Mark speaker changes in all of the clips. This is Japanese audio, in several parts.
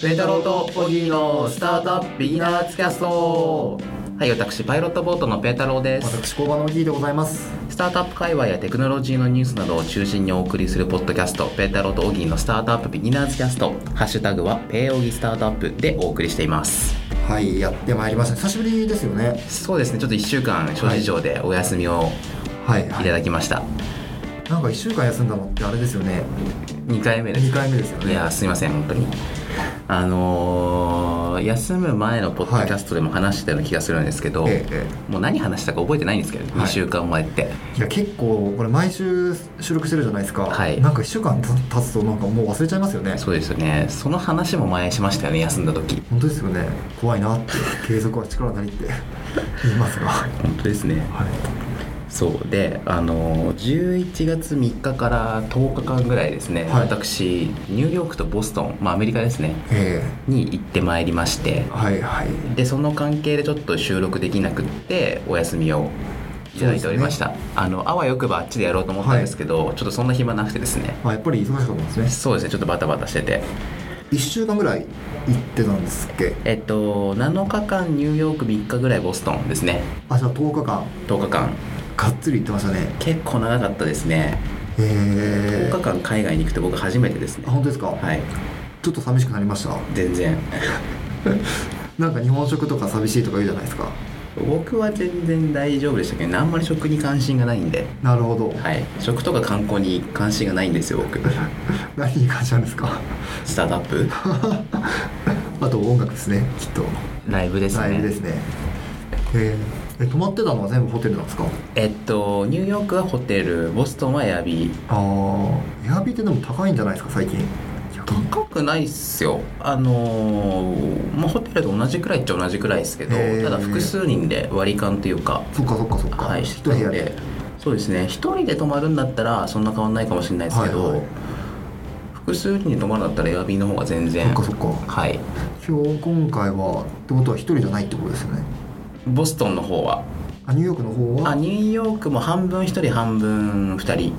Speaker 1: ペータローとオギーのスタートアップビギナーズキャストはい私パイロットボートのペータローです
Speaker 2: 私工場のオギーでございます
Speaker 1: スタートアップ界隈やテクノロジーのニュースなどを中心にお送りするポッドキャストペータローとオギーのスタートアップビギナーズキャストハッシュタグはペーオギスタートアップでお送りしています
Speaker 2: はいやってまいりました久しぶりですよね
Speaker 1: そうですねちょっと1週間諸事情でお休みを
Speaker 2: はい、
Speaker 1: いただきました、
Speaker 2: なんか1週間休んだのってあれですよね
Speaker 1: 2回目です
Speaker 2: 2回目ですよ
Speaker 1: い
Speaker 2: ね
Speaker 1: やすいません本当にあのー休む前のポッドキャストでも話したような気がするんですけど、
Speaker 2: えええ
Speaker 1: もう何話したか覚えてないんですけど、
Speaker 2: い
Speaker 1: 2週間前って
Speaker 2: えいや結構これ毎週収録してるじゃないですか、
Speaker 1: はい
Speaker 2: なんか1週間た経つとなんかもう忘れちゃいますよね
Speaker 1: そうですよねその話も前しましたよね休んだ時
Speaker 2: 本当ですよね怖いなって継続は力なりって 言いますがはい
Speaker 1: 本当ですねそうであの11月3日から10日間ぐらいですね、
Speaker 2: はい
Speaker 1: 私ニューヨークとボストン、まあ、アメリカですね
Speaker 2: え
Speaker 1: に行ってまいりまして
Speaker 2: えはいはい
Speaker 1: でその関係でちょっと収録できなくってお休みをいただいておりました、あのあわよくばあっちでやろうと思ったんですけど、ちょっとそんな暇なくてですね
Speaker 2: まあやっぱり忙しかったんですね
Speaker 1: そうですねちょっとバタバタしてて
Speaker 2: 1週間ぐらい行ってたんですっけ
Speaker 1: えっと7日間ニューヨーク3日ぐらいボストンですね
Speaker 2: あじゃあ10日間
Speaker 1: 10日間
Speaker 2: がっつり行ってましたね
Speaker 1: 結構長かったですね
Speaker 2: ええ
Speaker 1: 10日間海外に行くって僕初めてですね
Speaker 2: あ本当ですか、
Speaker 1: はい
Speaker 2: ちょっと寂しくなりました
Speaker 1: 全然
Speaker 2: なんか日本食とか寂しいとか言うじゃないですか
Speaker 1: 僕は全然大丈夫でしたけどねあんまり食に関心がないんで
Speaker 2: なるほど、
Speaker 1: はい食とか観光に関心がないんですよ 僕
Speaker 2: 何に感じなんで すか
Speaker 1: スタートアップ
Speaker 2: あと音楽ですねきっと
Speaker 1: ライブですね
Speaker 2: ライブですねえーえ泊まってたのは全部ホテルなんですか
Speaker 1: えっとニューヨークはホテルボストンはエアビー
Speaker 2: ああエアビーってでも高いんじゃないですか最近
Speaker 1: 高くないっすよあのーまあホテルと同じくらいっちゃ同じくらいですけど
Speaker 2: へー
Speaker 1: ただ複数人で割り勘というか
Speaker 2: そっかそっかそっか、
Speaker 1: はいして
Speaker 2: 一
Speaker 1: た
Speaker 2: 部屋
Speaker 1: の
Speaker 2: で
Speaker 1: でそうですね一人で泊まるんだったらそんな変わんないかもしれないですけど、
Speaker 2: はいはい
Speaker 1: 複数人で泊まるんだったらエアビーの方が全
Speaker 2: そっ
Speaker 1: 然
Speaker 2: かそっか
Speaker 1: はい
Speaker 2: 今日今回はってことは一人じゃないってことですよね
Speaker 1: ボストンの方は
Speaker 2: あニューヨークの方
Speaker 1: あ
Speaker 2: は
Speaker 1: ニューヨークも半分一人半分二人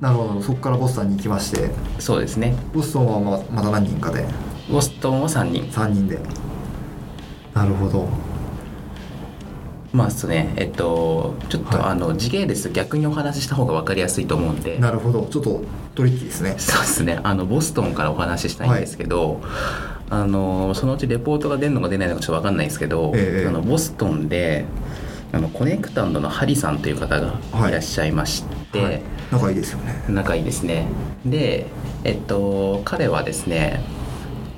Speaker 2: なるほどそっからボストンに行きまして
Speaker 1: そうですね
Speaker 2: ボストンはままだ何人かで
Speaker 1: ボストンは三人
Speaker 2: 3人でなるほど
Speaker 1: まあそうねえっとちょっと、
Speaker 2: はい
Speaker 1: あの時系列逆にお話しした方が分かりやすいと思うんで
Speaker 2: なるほどちょっとトリッキーですね
Speaker 1: そうですねあのボストンからお話ししたいんですけど、あのそのうちレポートが出るのか出ないのかちょっと分かんないんですけど、
Speaker 2: ええ
Speaker 1: あのボストンであのコネクタンドのハリさんという方が
Speaker 2: はい
Speaker 1: いらっしゃいまして、
Speaker 2: はい仲いいですよね
Speaker 1: 仲いいですねでえっと彼はですね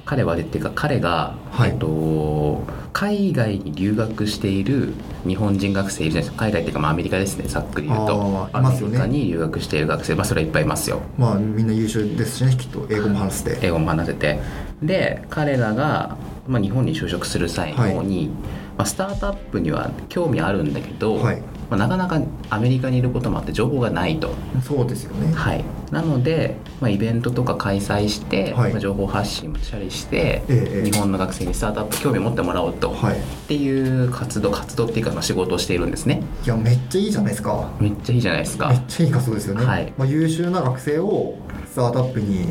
Speaker 1: 彼はでっていうか彼が、
Speaker 2: はい
Speaker 1: えっと、海外に留学している日本人学生いるじゃないですか海外っていうか、まあ、アメリカですねざっくり言うと
Speaker 2: あーいます
Speaker 1: ア
Speaker 2: よ
Speaker 1: メ
Speaker 2: ね
Speaker 1: リカに留学している学生、まあ、それはいっぱいいますよ
Speaker 2: まあみんな優秀ですしねきっと英語も話せて
Speaker 1: 英語も話せてで彼らが、まあ、日本に就職する際の方に、まあ、スタートアップには興味あるんだけど、
Speaker 2: はい
Speaker 1: まあ、なかなかアメリカにいることもあって情報がないと、
Speaker 2: そうですよね
Speaker 1: はい、なので、まあ、イベントとか開催して、
Speaker 2: はい
Speaker 1: まあ、情報発信もしたりして、
Speaker 2: ええええ
Speaker 1: 日本の学生にスタートアップ興味持ってもらおうと、
Speaker 2: はい
Speaker 1: っていう活動活動っていうか、まあ、仕事をしているんですね
Speaker 2: いやめっちゃいいじゃないですか
Speaker 1: めっちゃいいじゃないです
Speaker 2: めっ
Speaker 1: か
Speaker 2: ちゃいい活動ですよね、
Speaker 1: はい
Speaker 2: まあ、優秀な学生をスタートアップに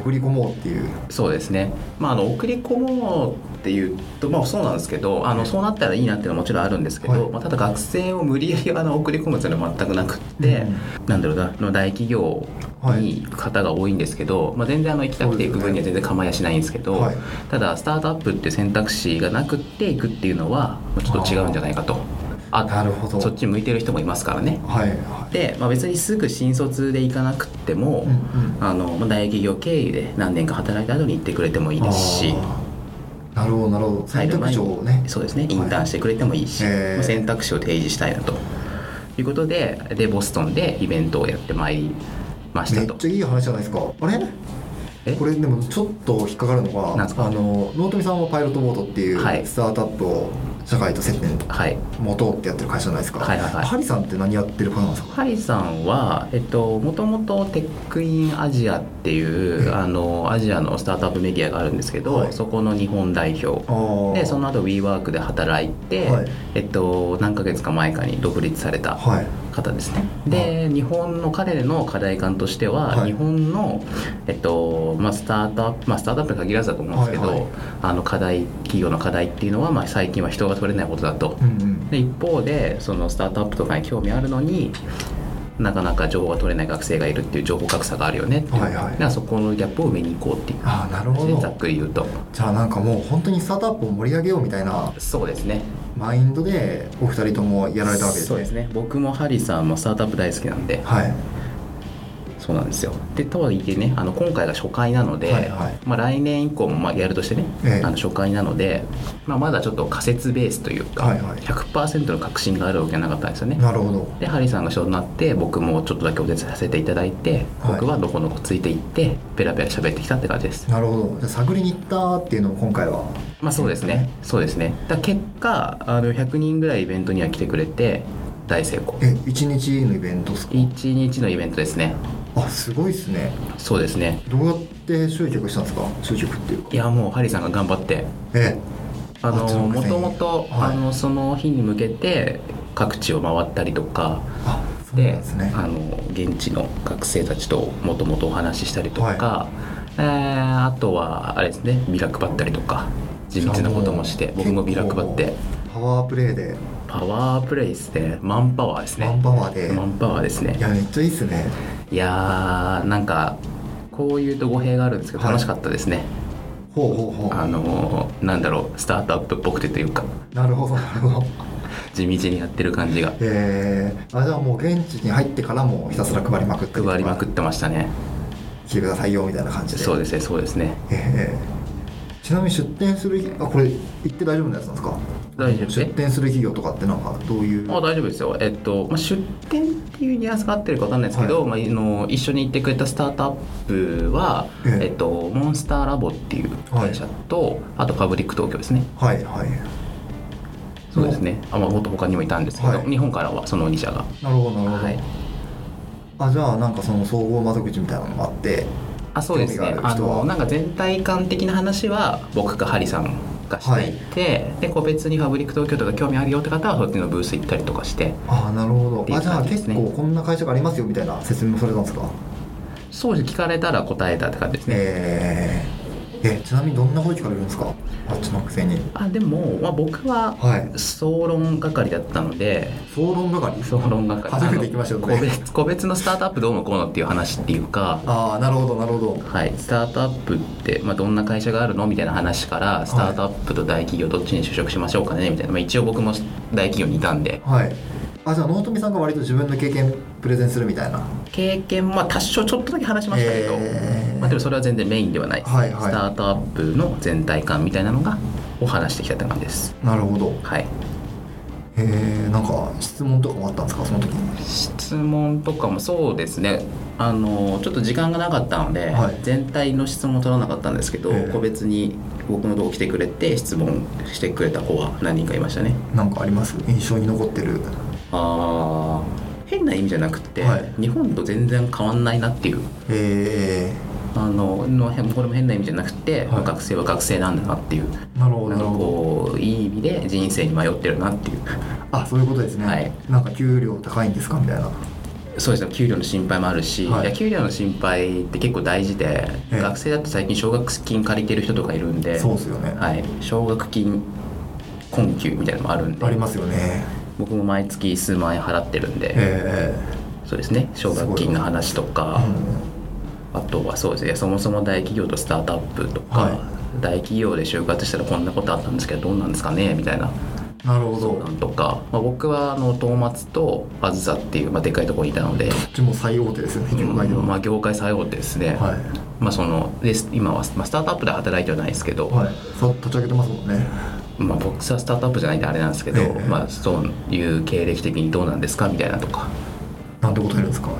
Speaker 2: 送り込もうっていう
Speaker 1: そうですね、まあ、あの送り込もうっていうと、まあ、そうなんですけどあのそうなったらいいなっていうのはもちろんあるんですけど、
Speaker 2: はい
Speaker 1: まあ、ただ学生を無理やりあの送り込むっていうのは全くなくって、なんだろうなの大企業に行く方が多いんですけど、まあ、全然あの行きたくて行く分には全然構いやしないんですけど、
Speaker 2: はい
Speaker 1: ただスタートアップっていう選択肢がなくって行くっていうのはまあちょっと違うんじゃないかとあ
Speaker 2: なるほど
Speaker 1: そっち向いてる人もいますからね
Speaker 2: はいはい
Speaker 1: で、まあ、別にすぐ新卒で行かなくっても、
Speaker 2: うんうん
Speaker 1: あのまあ大企業経由で何年か働いた後に行ってくれてもいいですし
Speaker 2: あーなるほどなるほど選択肢をね
Speaker 1: そうですねインターンしてくれてもいいし、
Speaker 2: はいへー
Speaker 1: まあ選択肢を提示したいなということででボストンでイベントをやってまいりまし
Speaker 2: め
Speaker 1: た
Speaker 2: っ
Speaker 1: と
Speaker 2: ちゃいい話じゃないですかあれ
Speaker 1: え
Speaker 2: これでもちょっと引っかかるのが
Speaker 1: なんですか
Speaker 2: あの納富さんはパイロットボートっていう
Speaker 1: はい
Speaker 2: スタートアップを社会と接点
Speaker 1: はい
Speaker 2: 持とうってやってる会社じゃないですか、
Speaker 1: はいはいはい
Speaker 2: ハリさんって何やってる方なんですか
Speaker 1: ハリさんは、えっと、もともとテックインアジアっていう、
Speaker 2: ええ
Speaker 1: あの、アジアのスタートアップメディアがあるんですけど、
Speaker 2: はい
Speaker 1: そこの日本代表。
Speaker 2: あ
Speaker 1: で、そ
Speaker 2: な
Speaker 1: の後 WeWork で働いて、
Speaker 2: はい
Speaker 1: えっと、何ヶ月か前かに独立された
Speaker 2: はい
Speaker 1: 方ですねで日本の彼の課題感としては、
Speaker 2: はい
Speaker 1: 日本の、えっとまあ、スタートアップ、まあ、スタートアップに限らずだと思うんですけど、
Speaker 2: はいはい
Speaker 1: あの課題企業の課題っていうのは、まあ、最近は人が取れないことだと、
Speaker 2: うんうん
Speaker 1: で一方でそのスタートアップとかに興味あるのになかなか情報が取れない学生がいるっていう情報格差があるよねっていう、
Speaker 2: はいは
Speaker 1: だ
Speaker 2: い
Speaker 1: からそこのギャップを埋めに行こうっていう
Speaker 2: ああなるほ
Speaker 1: ざっ
Speaker 2: ど
Speaker 1: くり言うと
Speaker 2: じゃあなんかもう本当にスタートアップを盛り上げようみたいな
Speaker 1: そうですね
Speaker 2: マインドでお二人ともやられたわけですね
Speaker 1: そうですね僕もハリーさんもスタートアップ大好きなんで
Speaker 2: はい
Speaker 1: そうなんですよでとはいえねあの今回が初回なので、
Speaker 2: はいはい
Speaker 1: まあ、来年以降もまあやるとしてね、
Speaker 2: ええ
Speaker 1: あの初回なので、まあ、まだちょっと仮説ベースというか、
Speaker 2: はいはい
Speaker 1: 100%の確信があるわけじゃなかったんですよね
Speaker 2: なるほど
Speaker 1: でハリーさんが一緒になって僕もちょっとだけお手伝いさせていただいて
Speaker 2: はい
Speaker 1: 僕はどこのこついていってペラペラ喋ってきたって感じです、
Speaker 2: なるほどじゃあ探りに行ったっていうのも今回は
Speaker 1: まあそうですねそうですねだから結果あの100人ぐらいイベントには来てくれて大成功
Speaker 2: え一日のイベントですか
Speaker 1: 1日のイベントですね
Speaker 2: あすごいですね
Speaker 1: そうですね
Speaker 2: どうやって集客したんですか集客っていうか
Speaker 1: いやもうハリーさんが頑張って
Speaker 2: え
Speaker 1: あ
Speaker 2: あ
Speaker 1: の
Speaker 2: そう
Speaker 1: も
Speaker 2: です
Speaker 1: と
Speaker 2: ね
Speaker 1: もと、
Speaker 2: はい
Speaker 1: あのその日に向けて各地を回ったりとか
Speaker 2: あそう
Speaker 1: で
Speaker 2: なんですね
Speaker 1: あの現地の学生たちともともとお話ししたりとか、
Speaker 2: は
Speaker 1: えーあとはあれですねビラ配ったりとか地道なこともして僕もビラ配って
Speaker 2: パワープレイで
Speaker 1: パワープレイですねマンパワーですね
Speaker 2: マンパワーで
Speaker 1: マンパワーですね
Speaker 2: いやめっちゃいいっすね
Speaker 1: いやーなんかこういうと語弊があるんですけど
Speaker 2: はい
Speaker 1: 楽しかったですね、
Speaker 2: ほうほうほう
Speaker 1: あのーなんだろうスタートアップっぽくてというか
Speaker 2: なるほどなるほど
Speaker 1: 地道にやってる感じが
Speaker 2: えー、あじゃあもう現地に入ってからもひたすら配りまくって
Speaker 1: 配りまくってましたね
Speaker 2: 来てくださいよみたいな感じで
Speaker 1: そうですねそうですね
Speaker 2: えーちなみに出店するあこれ言って大丈夫なやつなんですか
Speaker 1: 大丈夫
Speaker 2: 出店する企業とかってなんかどういう
Speaker 1: あ大丈夫ですよ、えっとまあ、出店っていうニュアンスが合ってるか分かんないですけど、まあ、あの一緒に行ってくれたスタートアップは、
Speaker 2: ええ
Speaker 1: えっと、モンスターラボっていう会社と、あとパブリック東京ですね
Speaker 2: はいはい
Speaker 1: そうですねあ、まあ、もっと他にもいたんですけど、
Speaker 2: はい
Speaker 1: 日本からはその2社が
Speaker 2: なるほどなるほど、
Speaker 1: はい
Speaker 2: あじゃあなんかその総合窓口みたいなのがあって
Speaker 1: あそうですね
Speaker 2: 興味があ
Speaker 1: あ
Speaker 2: る人は
Speaker 1: のなんか全体感的な話は僕かハリさんがしていて、で個別にパブリック東京とか興味あるよって方はそっちのブース行ったりとかして
Speaker 2: ああなるほ
Speaker 1: ってい
Speaker 2: ど
Speaker 1: う
Speaker 2: あじゃあ
Speaker 1: 感じで
Speaker 2: 結
Speaker 1: すね
Speaker 2: 構こんな会社がありますよみたいな説明もされたんですか
Speaker 1: そうです聞かれたら答えたって感じですね、
Speaker 2: えー、えちなみにどんな声聞かれるんですかあっちのくせに
Speaker 1: あでも、まあ、僕は
Speaker 2: はい
Speaker 1: 総論係だったので
Speaker 2: 総論係
Speaker 1: 総論係
Speaker 2: 初めて行きましたよ
Speaker 1: あの個
Speaker 2: ね
Speaker 1: 別個別のスタートアップどうのこうのっていう話っていうか、
Speaker 2: ああなるほどなるほど
Speaker 1: はい、スタートアップって、まあ、どんな会社があるのみたいな話からスタートアップと大企業どっちに就職しましょうかねみたいな、まあ、一応僕も大企業にいたんで
Speaker 2: はいあじゃあ納富さんが割と自分の経験プレゼンするみたいな
Speaker 1: 経験まあ多少ちょっとだけ話しましたけど、
Speaker 2: えー
Speaker 1: まあ、でもそれは全然メインではないです、
Speaker 2: はいはい
Speaker 1: スタートアップの全体感みたいなのがお話してきたって感じです
Speaker 2: なるほど
Speaker 1: はい
Speaker 2: えー、なんか質問とかもあったんですかその時に
Speaker 1: 質問とかもそうですねあのちょっと時間がなかったので、
Speaker 2: はい
Speaker 1: 全体の質問を取らなかったんですけど、
Speaker 2: ええ
Speaker 1: 個別に僕のとこ来てくれて質問してくれた子は何人かいましたね
Speaker 2: なんかあります印象に残ってる
Speaker 1: あー変な意味じゃなくて、
Speaker 2: はい
Speaker 1: 日本と全然変わんないなっていう
Speaker 2: え
Speaker 1: あののへんこれも変な意味じゃなくて、
Speaker 2: はい
Speaker 1: 学生は学生なんだなっていう
Speaker 2: ー、なるほど
Speaker 1: なん
Speaker 2: な
Speaker 1: か
Speaker 2: るほど
Speaker 1: こういい意味で人生に迷ってるなっていう
Speaker 2: あそういうことですね、
Speaker 1: はい
Speaker 2: なんか給料高いんですかみたいな
Speaker 1: そうですね給料の心配もあるし、
Speaker 2: はい
Speaker 1: いや給料の心配って結構大事で、
Speaker 2: ええ
Speaker 1: 学生だと最近奨学金借りてる人とかいるんで
Speaker 2: そうですよね、
Speaker 1: はい、奨学金困窮みたいなのもあるんで
Speaker 2: ありますよね
Speaker 1: 僕も毎月数万円払ってるんで、
Speaker 2: え
Speaker 1: そうですね奨学金の話と
Speaker 2: ー
Speaker 1: か、あとはそうですねそもそも大企業とスタートアップとか、
Speaker 2: はい
Speaker 1: 大企業で就活したらこんなことあったんですけどどうなんですかねみたいな
Speaker 2: うん、なるほど
Speaker 1: なんとか、まあ、僕はあの東松とあずさっていう、まあ、でかいところにいたので。
Speaker 2: こっちも最大手ですよね業界では、
Speaker 1: まあ、業界最大手ですね、
Speaker 2: はい
Speaker 1: まあ、そので今は、まあ、スタートアップで働いてはないですけど、
Speaker 2: はいそう立ち上げてますもんね
Speaker 1: まあ、僕はスタートアップじゃないんであれなんですけど、
Speaker 2: ええ
Speaker 1: まあ、そういう経歴的にどうなんですかみたいなとか
Speaker 2: なんてことやるんですか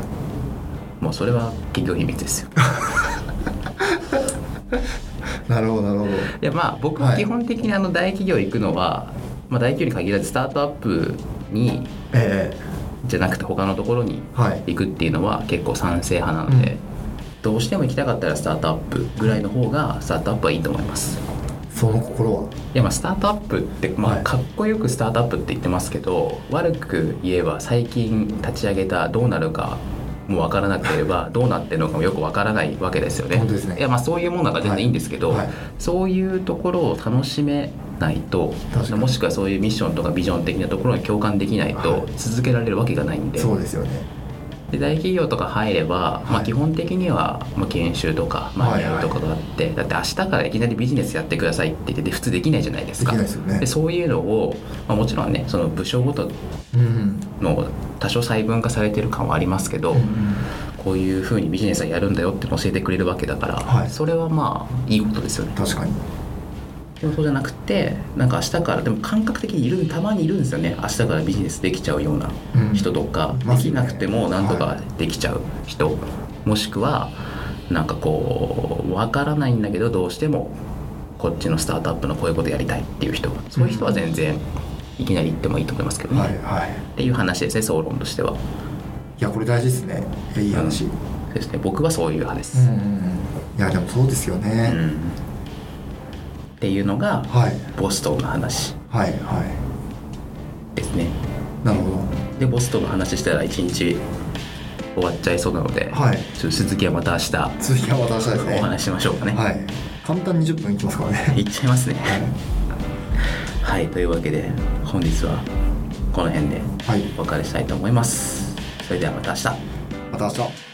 Speaker 1: もうそれは企業秘密 ですよ
Speaker 2: なるほどなるほど
Speaker 1: でまあ僕は基本的にあの大企業行くのは、まあ、大企業に限らずスタートアップに
Speaker 2: え
Speaker 1: じゃなくて他のところに
Speaker 2: えはい
Speaker 1: 行くっていうのは結構賛成派なので、
Speaker 2: うん
Speaker 1: どうしても行きたかったらスタートアップぐらいの方がスタートアップはいいと思います
Speaker 2: その心はい
Speaker 1: やまあスタートアップって、ま
Speaker 2: は
Speaker 1: あ、
Speaker 2: い
Speaker 1: かっこよくスタートアップって言ってますけど、悪く言えば最近立ち上げたどうなるかも分からなけれ ばどうなってるのかもよく分からないわけですよね。
Speaker 2: 本当ですね
Speaker 1: いやまあそういうものが全然いいんですけど、
Speaker 2: はいはい
Speaker 1: そういうところを楽しめないと
Speaker 2: 確かに
Speaker 1: もしくはそういうミッションとかビジョン的なところに共感できない
Speaker 2: はい
Speaker 1: と続けられるわけがないんで,、
Speaker 2: そうですよね
Speaker 1: で大企業とか入れば、ま
Speaker 2: は
Speaker 1: あ、
Speaker 2: い
Speaker 1: 基本的には、まあ、研修とかマニュアルとかがあって、だって明日からいきなりビジネスやってくださいって言ってて普通できないじゃないです
Speaker 2: でき
Speaker 1: か。
Speaker 2: ないですよね
Speaker 1: でそういうのを、まあ、もちろんねその部署ごと
Speaker 2: うん
Speaker 1: の多少細分化されてる感はありますけど、
Speaker 2: うん
Speaker 1: こういうふうにビジネスはやるんだよってのを教えてくれるわけだから、
Speaker 2: はい
Speaker 1: それはまあいいことですよね
Speaker 2: 確かに
Speaker 1: でもそうじゃなくてなんか明日からでも感覚的にいるたまにいるんですよね明日からビジネスできちゃうような
Speaker 2: うん
Speaker 1: 人とか、
Speaker 2: いま
Speaker 1: ですき
Speaker 2: よね
Speaker 1: なくてもなんとか
Speaker 2: は
Speaker 1: できちゃう人、もしくはなんかこうわからないんだけどどうしてもこっちのスタートアップのこういうことやりたいっていう人そういう人は全然いきなり行ってもいいと思いますけどね、
Speaker 2: はいはい
Speaker 1: っていう話ですね総論としてはい
Speaker 2: やこれ大事ですねいやいい話、
Speaker 1: う
Speaker 2: うんん
Speaker 1: そうですね僕はそういう派です、
Speaker 2: うんうん、いやでもそうですよね、
Speaker 1: うんっていうのが
Speaker 2: はい
Speaker 1: ボストンの話
Speaker 2: はいは
Speaker 1: ですね
Speaker 2: いなるほど
Speaker 1: でボストンの話したら一日終わっちゃいそうなので、
Speaker 2: はい
Speaker 1: ちょっと続きはまた明日
Speaker 2: 続きはまた明日です
Speaker 1: お
Speaker 2: ね
Speaker 1: 話ししましょうかね、
Speaker 2: はい簡単に10分いきますからね
Speaker 1: い、っちゃいますね
Speaker 2: は
Speaker 1: はいというわけで本日はこの辺で
Speaker 2: い、はい、
Speaker 1: お別れしたいと思いますそれではまた明日
Speaker 2: また明日